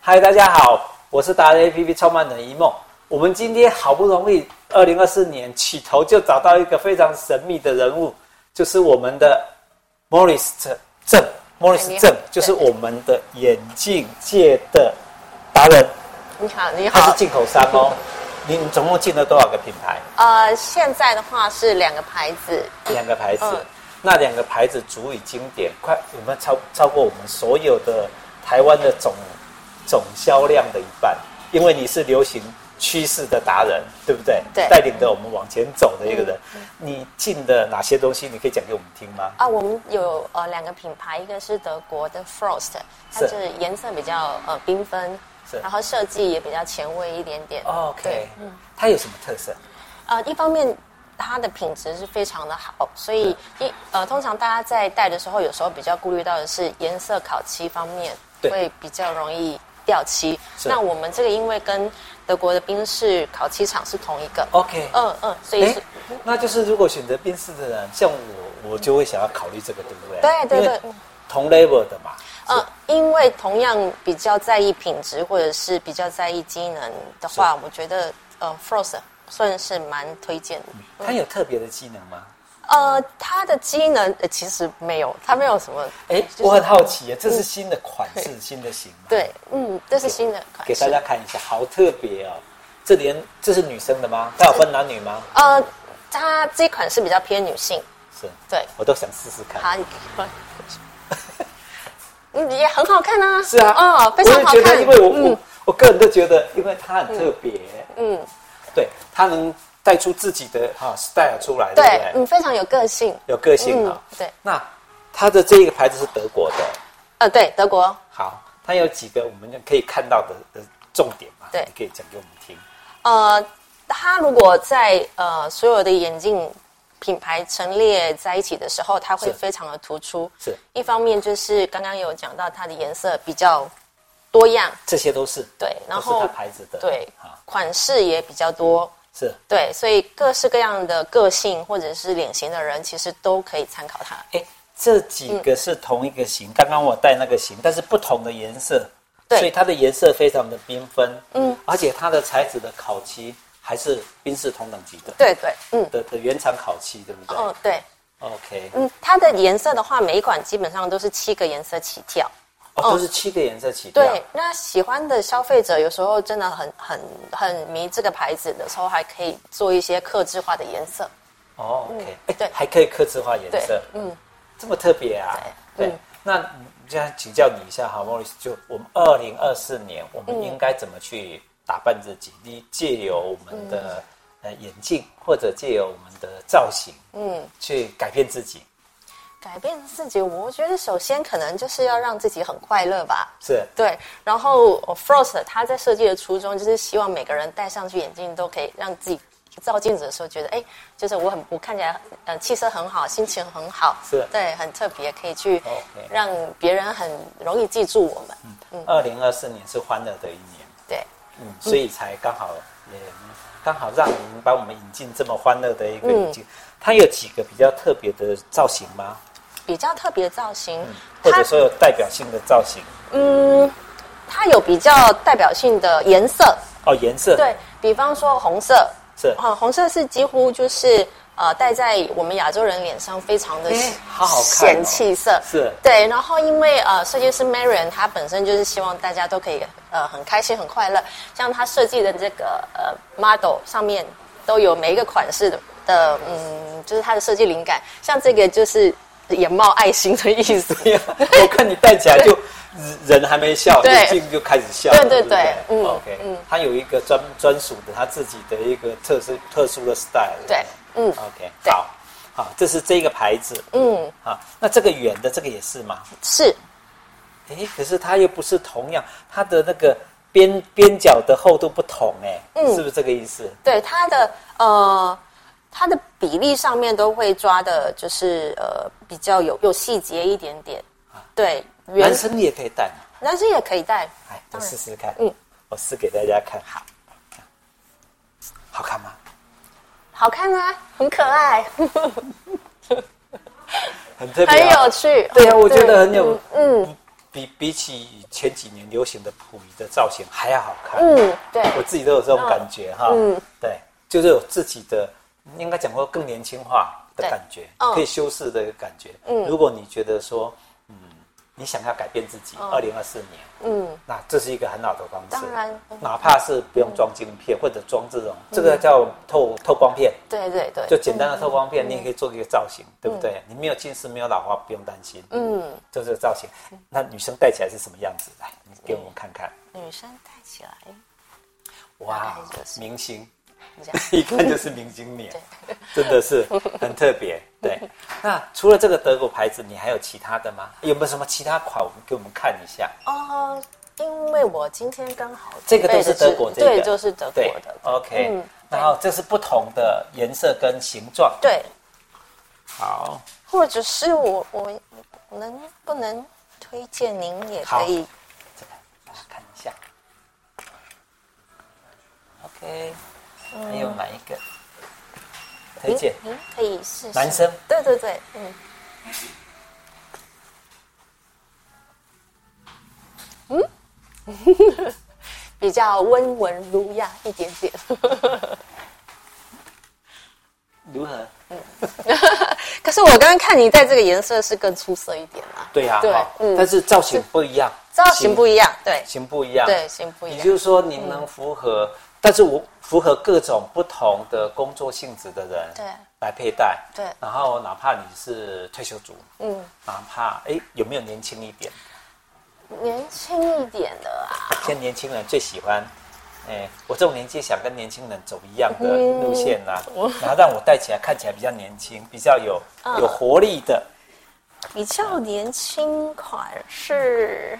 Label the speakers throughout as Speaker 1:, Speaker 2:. Speaker 1: 嗨，大家好，我是达人 APP 创办人一梦。我们今天好不容易，二零二四年起头就找到一个非常神秘的人物，就是我们的 Morris 郑，Morris 郑
Speaker 2: 对
Speaker 1: 就是我们的眼镜界的达人，
Speaker 2: 你好，你
Speaker 1: 他
Speaker 2: 好
Speaker 1: 是。进口商哦。你你总共进了多少个品牌？
Speaker 2: 呃，现在的话是两个牌子，
Speaker 1: 两个牌子，
Speaker 2: 嗯
Speaker 1: 那两个牌子足以经典，快我们超超过我们所有的台湾的总总销量的一半，因为你是流行趋势的达人，对不对？
Speaker 2: 对嗯
Speaker 1: 带领着我们往前走的一个人。你进的哪些东西？你可以讲给我们听吗？
Speaker 2: 啊，我们有呃两个品牌，一个是德国的 Frost，它
Speaker 1: 是
Speaker 2: 是颜色比较呃缤纷
Speaker 1: 是，哦
Speaker 2: 然后设计也比较前卫一点点。
Speaker 1: OK，
Speaker 2: 对嗯
Speaker 1: 它有什么特色？
Speaker 2: 呃，一方面它的品质是非常的好，所以一呃通常大家在戴的时候，有时候比较顾虑到的是颜色烤漆方面
Speaker 1: 对
Speaker 2: 会比较容易掉漆。
Speaker 1: 是
Speaker 2: 那我们这个因为跟德国的宾士烤漆厂是同一个。
Speaker 1: OK
Speaker 2: 嗯嗯，所以
Speaker 1: 哎
Speaker 2: 是。，
Speaker 1: 那就是如果选择宾士的人，像我，我就会想要考虑这个，对不对？
Speaker 2: 对对
Speaker 1: 因为
Speaker 2: 对嗯
Speaker 1: 同 level 的嘛。
Speaker 2: 嗯，因为同样比较在意品质或者是比较在意机能的话，我觉得呃，Frost 算是蛮推荐的。
Speaker 1: 它有特别的技能吗？
Speaker 2: 呃，它的机能、呃、其实没有，它没有什么。
Speaker 1: 哎、
Speaker 2: 就是嗯
Speaker 1: 我很好奇耶，这是新的款式，
Speaker 2: 对
Speaker 1: 新的型吗？，
Speaker 2: 对，嗯，这是新的款式。
Speaker 1: 给大家看一下，好特别哦。这连这是女生的吗？它有分男女吗？
Speaker 2: 呃，它这款是比较偏女性，
Speaker 1: 是，
Speaker 2: 对，
Speaker 1: 我都想试试看。
Speaker 2: 好，你看。嗯，也很好看啊！
Speaker 1: 是啊，
Speaker 2: 哦，非常好
Speaker 1: 我就觉
Speaker 2: 看。
Speaker 1: 得，因为我、
Speaker 2: 嗯
Speaker 1: 我我个人都觉得，因为它很特别，嗯，对，它能带出自己的哈 style 出来，对不
Speaker 2: 对
Speaker 1: 对，？
Speaker 2: 嗯，非常有个性。
Speaker 1: 有个性啊、
Speaker 2: 嗯对
Speaker 1: 那它的这个牌子是德国的，
Speaker 2: 呃，对，德国，
Speaker 1: 好，它有几个我们就可以看到的的重点嘛？
Speaker 2: 对
Speaker 1: 你可以讲给我们听。
Speaker 2: 呃，它如果在呃所有的眼镜品牌陈列在一起的时候，它会
Speaker 1: 是
Speaker 2: 非常的突出。
Speaker 1: 是
Speaker 2: 一方面就是刚刚有讲到它的颜色比较多样，
Speaker 1: 这些都是
Speaker 2: 对，然
Speaker 1: 都
Speaker 2: 后
Speaker 1: 哦是它牌子的
Speaker 2: 对
Speaker 1: 啊，
Speaker 2: 款式也比较多，
Speaker 1: 是。
Speaker 2: 对，所以各式各样的个性或者是脸型的人，其实都可以参考它。
Speaker 1: 哎，这
Speaker 2: 嗯
Speaker 1: 几个是同一个型，刚刚我戴那个型，但是不同的颜色，
Speaker 2: 对
Speaker 1: 所以它的颜色非常的缤纷，嗯，而且它的材质的烤漆还是宾士同等级的，
Speaker 2: 对对，嗯，
Speaker 1: 的的原厂烤漆，对不对、
Speaker 2: 哦对，
Speaker 1: o k
Speaker 2: 嗯，它的颜色的话，每一款基本上都是七个颜色起跳。
Speaker 1: 哦，都是七个颜色起跳，
Speaker 2: 对，那喜欢的消费者有时候真的很很很迷这个牌子的时候，还可以做一些克制化的颜色。
Speaker 1: 哦，OK，哎、
Speaker 2: 对
Speaker 1: 还可以刻字化颜色
Speaker 2: 对，
Speaker 1: 嗯，这么特别啊，
Speaker 2: 对
Speaker 1: 对，那嗯这样请教你一下哈，Morris，就我们二零二四年，我们应该怎么去打扮自己？你借由我们的、呃眼镜，或者借由我们的造型，嗯，去改变自己，
Speaker 2: 改变自己，我觉得首先可能就是要让自己很快乐吧。
Speaker 1: 是
Speaker 2: 对，然后呃 Frost 他在设计的初衷就是希望每个人戴上去眼镜都可以让自己照镜子的时候觉得，哎，就是我很我看起来呃气色很好，心情很好，
Speaker 1: 是
Speaker 2: 对，很特别，可以去
Speaker 1: OK 嗯
Speaker 2: 让别人很容易记住我们。
Speaker 1: 二零二四年是欢乐的一年，
Speaker 2: 对，
Speaker 1: 嗯，所以才刚好也刚好让您把我们引进这么欢乐的一个眼镜。它有几个比较特别的造型吗？
Speaker 2: 比较特别的造型，
Speaker 1: 嗯或
Speaker 2: 它
Speaker 1: 者说有代表性的造型？
Speaker 2: 它有比较代表性的颜色，
Speaker 1: 哦，颜色
Speaker 2: 对比方说红色，
Speaker 1: 是
Speaker 2: 啊、红色是几乎就是呃戴在我们亚洲人脸上非常的
Speaker 1: 哎好好看哦
Speaker 2: 显气色，
Speaker 1: 是
Speaker 2: 对。然后因为呃设计师 Marion 他本身就是希望大家都可以呃很开心很快乐，像他设计的这个呃 model 上面都有每一个款式的的嗯就是它的设计灵感，像这个就是眼冒爱心的意思，
Speaker 1: 对呀，我看你戴起来 就人还没笑，
Speaker 2: 对
Speaker 1: 眼镜就开始笑了，
Speaker 2: 对对
Speaker 1: 不哦
Speaker 2: 对嗯
Speaker 1: OK，它有一个专专属的他自己的一个特殊特殊的 style，
Speaker 2: 对嗯
Speaker 1: ，OK，
Speaker 2: 对
Speaker 1: 好，好，这是这个牌子，嗯，好，那这个圆的这个也是吗？
Speaker 2: 是
Speaker 1: 诶，可是它又不是同样，它的那个边边角的厚度不同，哎，
Speaker 2: 嗯
Speaker 1: 是不是这个意思？
Speaker 2: 对它的呃，它的比例上面都会抓的，就是呃比较有有细节一点点。对，原
Speaker 1: 啊男生也可以戴吗，
Speaker 2: 男生也可以戴，
Speaker 1: 哎，我
Speaker 2: 当然
Speaker 1: 试试看，
Speaker 2: 嗯，
Speaker 1: 我试给大家看，
Speaker 2: 好，
Speaker 1: 好看吗？
Speaker 2: 好看啊，很可爱，
Speaker 1: 很特别啊，
Speaker 2: 很有趣，
Speaker 1: 啊对呀、我觉得很有，嗯，比比起前几年流行的溥仪的造型还要好看。
Speaker 2: 嗯，对，
Speaker 1: 我自己都有这种感觉哈。
Speaker 2: 嗯
Speaker 1: 对，就是有自己的，应该讲过更年轻化的感觉，
Speaker 2: 对嗯
Speaker 1: 可以修饰的感觉。嗯，如果你觉得说，嗯，你想要改变自己，二零二四年，
Speaker 2: 嗯，
Speaker 1: 那这是一个很好的方式。
Speaker 2: 当然嗯
Speaker 1: 哪怕是不用装晶片或者装这种，这个叫透透光片。
Speaker 2: 对对对，
Speaker 1: 就简单的透光
Speaker 2: 嗯
Speaker 1: 片，你也可以做一个造型，对不对？你没有近视，没有老花，不用担心。嗯，就这个造型。那女生戴起来是什么样子？来，你给我们看看。
Speaker 2: 女生戴起来，
Speaker 1: 哇
Speaker 2: 大概就是，
Speaker 1: 明星，
Speaker 2: 这样
Speaker 1: 一看就是明星脸，真的是很特别。 对，那除了这个德国牌子，你还有其他的吗？有没有什么其他款？我们给我们看一下。
Speaker 2: 哦，因为我今天刚好
Speaker 1: 这个都是
Speaker 2: 准备的
Speaker 1: 德国，这个
Speaker 2: 对，就是德国
Speaker 1: 对哦
Speaker 2: 的，
Speaker 1: OK，、
Speaker 2: 嗯
Speaker 1: 然后这是不同的颜色跟形状。，
Speaker 2: 对，
Speaker 1: 好，
Speaker 2: 或者是我我能不能推荐您也可以，
Speaker 1: 这个大家看一下。OK，还有哪一个推荐？
Speaker 2: 您可以试试
Speaker 1: 男生，
Speaker 2: 对对对，嗯。嗯， 比较温文儒雅一点点，
Speaker 1: 如何？
Speaker 2: 可是我刚刚看你戴这个颜色是更出色一点啊，
Speaker 1: 对呀、
Speaker 2: 对
Speaker 1: 哈
Speaker 2: 嗯
Speaker 1: 但是造型不一样，
Speaker 2: 造型不一样，对
Speaker 1: 型不一样，
Speaker 2: 对，型不一
Speaker 1: 也
Speaker 2: 样
Speaker 1: 就，是说你能符合，但是我符合各种不同的工作性质的人，
Speaker 2: 对
Speaker 1: 来佩戴，
Speaker 2: 对
Speaker 1: 然后哪怕你是退休族，
Speaker 2: 嗯。
Speaker 1: 哪怕哎有没有年轻一点？
Speaker 2: 年轻一点的啊，
Speaker 1: 现在年轻人最喜欢，哎，我这种年纪想跟年轻人走一样的
Speaker 2: 哦
Speaker 1: 路线啦、然后让我戴起来看起来比较年轻，比较有、
Speaker 2: 啊
Speaker 1: 有活力的。
Speaker 2: 比较年轻款是，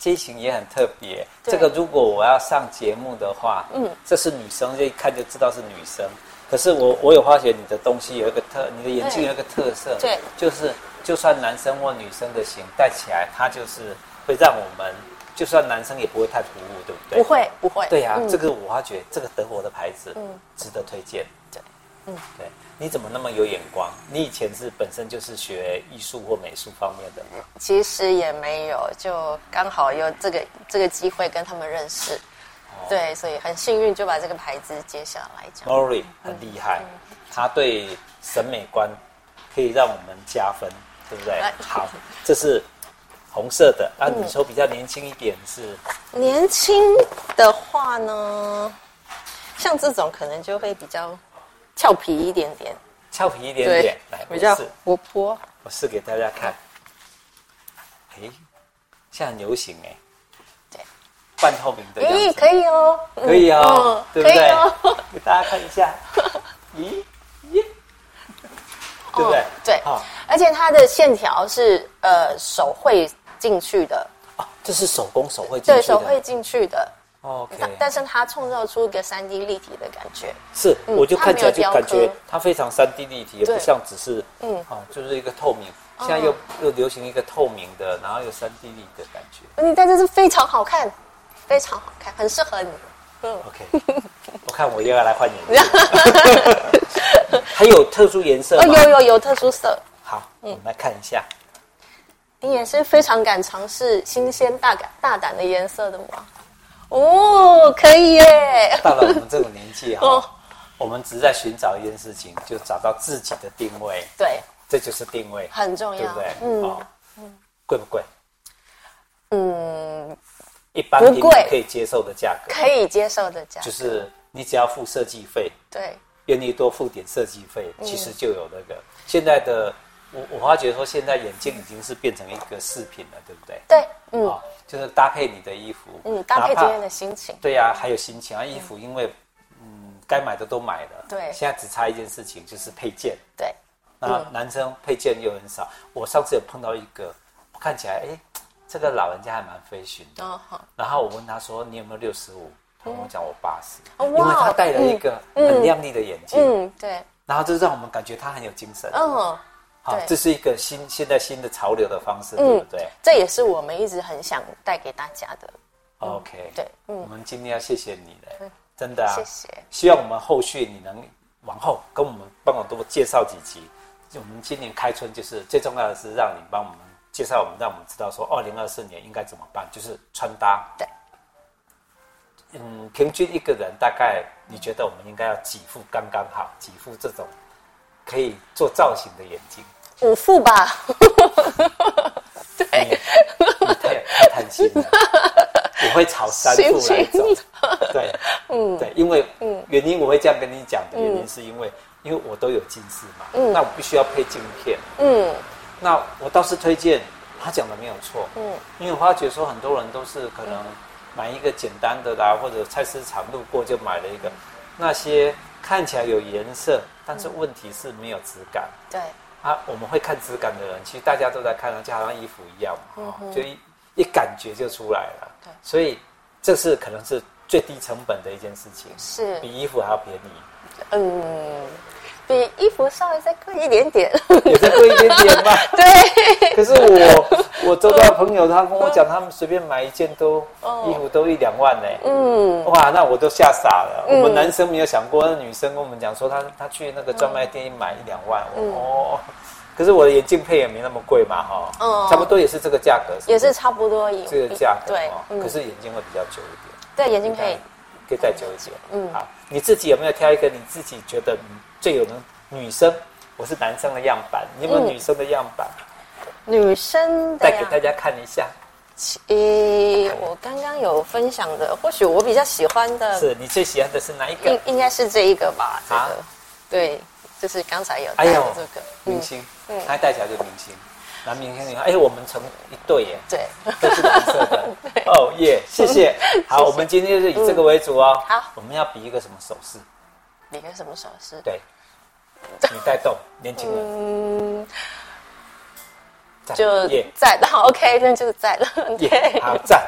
Speaker 1: 这一型也很特别，
Speaker 2: 对
Speaker 1: 这个如果我要上节目的话，嗯，这是女生，就一看就知道是女生。可是我我有发觉你的东西有一个特，你的眼睛
Speaker 2: 对
Speaker 1: 有一个特色，
Speaker 2: 对
Speaker 1: 就是就算男生或女生的型戴起来，它就是会让我们，就算男生也不会太突兀，对不对？
Speaker 2: 不会不会
Speaker 1: 对呀、啊
Speaker 2: 嗯
Speaker 1: 这个我发觉这个德国的牌子，
Speaker 2: 嗯
Speaker 1: 值得推荐。
Speaker 2: 对，
Speaker 1: 嗯，对，你怎么那么有眼光？你以前是本身就是学艺术或美术方面的吗？
Speaker 2: 其实也没有，就刚好有这个这个机会跟他们认识，
Speaker 1: 哦
Speaker 2: 对，所以很幸运就把这个牌子接下来这样。
Speaker 1: Mori 很厉害，
Speaker 2: 嗯
Speaker 1: 他对审美观可以让我们加分，对不对
Speaker 2: 哎？ 嗯
Speaker 1: 好，这是红色的。那你说比较年轻一点是
Speaker 2: 年轻的话呢，像这种可能就会比较俏皮一点点，
Speaker 1: 俏皮一点点
Speaker 2: 对，
Speaker 1: 来，，我
Speaker 2: 比较
Speaker 1: 试，
Speaker 2: 活泼。
Speaker 1: 我试给大家看。诶，现在很流行哎，
Speaker 2: 对，
Speaker 1: 半透明的样
Speaker 2: 咦，
Speaker 1: 子，
Speaker 2: 可以哦，
Speaker 1: 可以哦，对不
Speaker 2: 可以
Speaker 1: 对
Speaker 2: 哦，？
Speaker 1: 给大家看一 下，咦，咦，对不对啊
Speaker 2: 嗯？对
Speaker 1: 好，
Speaker 2: 而且它的线条是呃手绘进去的，
Speaker 1: 啊，这是手工手绘进
Speaker 2: 对
Speaker 1: 去的，
Speaker 2: 手绘进去的，
Speaker 1: OK，
Speaker 2: 那但是它创造出一个三 D 立体的感觉，
Speaker 1: 是，
Speaker 2: 嗯
Speaker 1: 我就看起来就
Speaker 2: 它没有雕刻
Speaker 1: 感觉它非常三 D 立体，也不
Speaker 2: 对
Speaker 1: 像只是嗯
Speaker 2: 嗯哦
Speaker 1: 啊，就是一个透明。现在又、又流行一个透明的，然后又三 D 立体的感觉。
Speaker 2: 你戴这是非常好看，非常好看，很适合你。 嗯，
Speaker 1: OK，我看我又要来换颜色， 还有特殊颜色
Speaker 2: 哦
Speaker 1: 吗？
Speaker 2: 有有有特殊色，
Speaker 1: 好，我们来看一下。
Speaker 2: 你也是非常敢尝试新鲜大胆大胆的颜色的嘛？哦，可以 耶，
Speaker 1: 到了我们这种年纪哈、
Speaker 2: 哦
Speaker 1: 我们只是在寻找一件事情，就找到自己的定位，
Speaker 2: 对，
Speaker 1: 这就是定位，
Speaker 2: 很重
Speaker 1: 对
Speaker 2: 要
Speaker 1: 不对。？
Speaker 2: 嗯
Speaker 1: 哦，贵不贵？
Speaker 2: 嗯，
Speaker 1: 一般
Speaker 2: 不
Speaker 1: 平民
Speaker 2: 贵
Speaker 1: 可以接受的价格，
Speaker 2: 可以接受的价，
Speaker 1: 就是你只要付设计费，
Speaker 2: 对，
Speaker 1: 愿意多付点设计费，
Speaker 2: 嗯
Speaker 1: 其实就有那个、现在的我我发觉说，现在眼镜已经是变成一个饰品了，对不对？
Speaker 2: 对，嗯
Speaker 1: 啊、就是搭配你的衣服，
Speaker 2: 嗯，搭配
Speaker 1: 哪怕
Speaker 2: 今天的心情，
Speaker 1: 对呀、还有心情啊，衣服因为嗯该买的都买了，
Speaker 2: 对
Speaker 1: 现在只差一件事情就是配件，
Speaker 2: 对，
Speaker 1: 那男生配件又很少，我上次有碰到一个，我看起来哎，这个老人家还蛮 fashion 的，
Speaker 2: 嗯好。
Speaker 1: 然后我问他说：“你有没有六十五？”他跟我讲我八十，
Speaker 2: 哦
Speaker 1: 因为他戴了一个很亮丽的眼镜，
Speaker 2: 嗯，对，
Speaker 1: 然后这让我们感觉他很有精神。
Speaker 2: 嗯，
Speaker 1: 好，
Speaker 2: 对嗯
Speaker 1: 这是一个新现在新的潮流的方式，对不对
Speaker 2: 这也是我们一直很想带给大家的。
Speaker 1: ？OK，
Speaker 2: 对嗯
Speaker 1: 我们今天要谢谢你嘞，真的啊，
Speaker 2: 谢谢。
Speaker 1: 希望我们后续你能往后跟我们帮我多介绍几集。就我们今年开春就是最重要的是让你帮我们介绍我们，让我们知道说二哦零二四年应该怎么办，就是穿搭。
Speaker 2: 对，
Speaker 1: 嗯，平均一个人大概，你觉得我们应该要几副刚刚好？几副这种可以做造型的眼镜？
Speaker 2: 五副吧，
Speaker 1: 哎你你太太贪心了，我会朝三步来走
Speaker 2: 心情。
Speaker 1: 对，嗯，对，因为原因我会这样跟你讲
Speaker 2: 嗯
Speaker 1: 的原因，是因为、因为我都有近视嘛，那我必须要配镜片。
Speaker 2: 嗯，
Speaker 1: 那我倒是推荐他讲的没有错，嗯，因为我发觉说很多人都是可能买一个简单的啦，或者菜市场路过就买了一个，那些看起来有颜色，但
Speaker 2: 嗯
Speaker 1: 是问题是没有质感。
Speaker 2: 对，
Speaker 1: 啊，我们会看质感的人，其实大家都在看啊，就好像衣服一样嘛，哦就一一感觉就出来了。
Speaker 2: 嗯对
Speaker 1: 所以这是可能是最低成本的一件事情，
Speaker 2: 是
Speaker 1: 比衣服还要便宜，
Speaker 2: 嗯，比衣服稍微再贵一点点。
Speaker 1: 也再贵一点点 嘛。
Speaker 2: 对，
Speaker 1: 可是我我周遭朋友他跟我讲，他们随便买一件都
Speaker 2: 哦
Speaker 1: 衣服都一两万呢、嗯，哇，那我都吓傻了。
Speaker 2: 嗯
Speaker 1: 我们男生没有想过，那女生跟我们讲说，她她去那个专卖店一买一两万，
Speaker 2: 嗯
Speaker 1: 我哦。可是我的眼镜配也没那么贵嘛，哈、
Speaker 2: 嗯
Speaker 1: 差不多也是这个价格，是不是
Speaker 2: 也是差不多有
Speaker 1: 这个价格
Speaker 2: 对
Speaker 1: 哦，，
Speaker 2: 嗯
Speaker 1: 可是眼睛会比较久一
Speaker 2: 对眼睛
Speaker 1: 点，
Speaker 2: 可以。
Speaker 1: 可以再久一点。嗯，好，你自己有没有挑一个你自己觉得嗯最有能女生？我是男生的样板，你有没有女生的样板？
Speaker 2: 嗯女生的
Speaker 1: 带给
Speaker 2: 呀
Speaker 1: 大，家看一下，
Speaker 2: 诶，我刚刚有分享的，或许我比较喜欢的，
Speaker 1: 是你最喜欢的是哪一个
Speaker 2: 应？应该是这一个吧，这
Speaker 1: 啊
Speaker 2: 个，对，就是刚才有
Speaker 1: 哎
Speaker 2: 带
Speaker 1: 呦
Speaker 2: 的这个，
Speaker 1: 明星，
Speaker 2: 嗯
Speaker 1: 他带起来就明星，男明星女，哎，我们成一对耶，
Speaker 2: 对，
Speaker 1: 都是蓝色的，哦耶，谢谢。好，我们今天就以这个为主哦。
Speaker 2: 好
Speaker 1: 我们要比一个什么手势？
Speaker 2: 里面什么首饰？
Speaker 1: 对，你带动年轻人，赞
Speaker 2: 就
Speaker 1: 耶
Speaker 2: 在了，OK，那就是在了，
Speaker 1: 耶，
Speaker 2: 对，
Speaker 1: 好赞，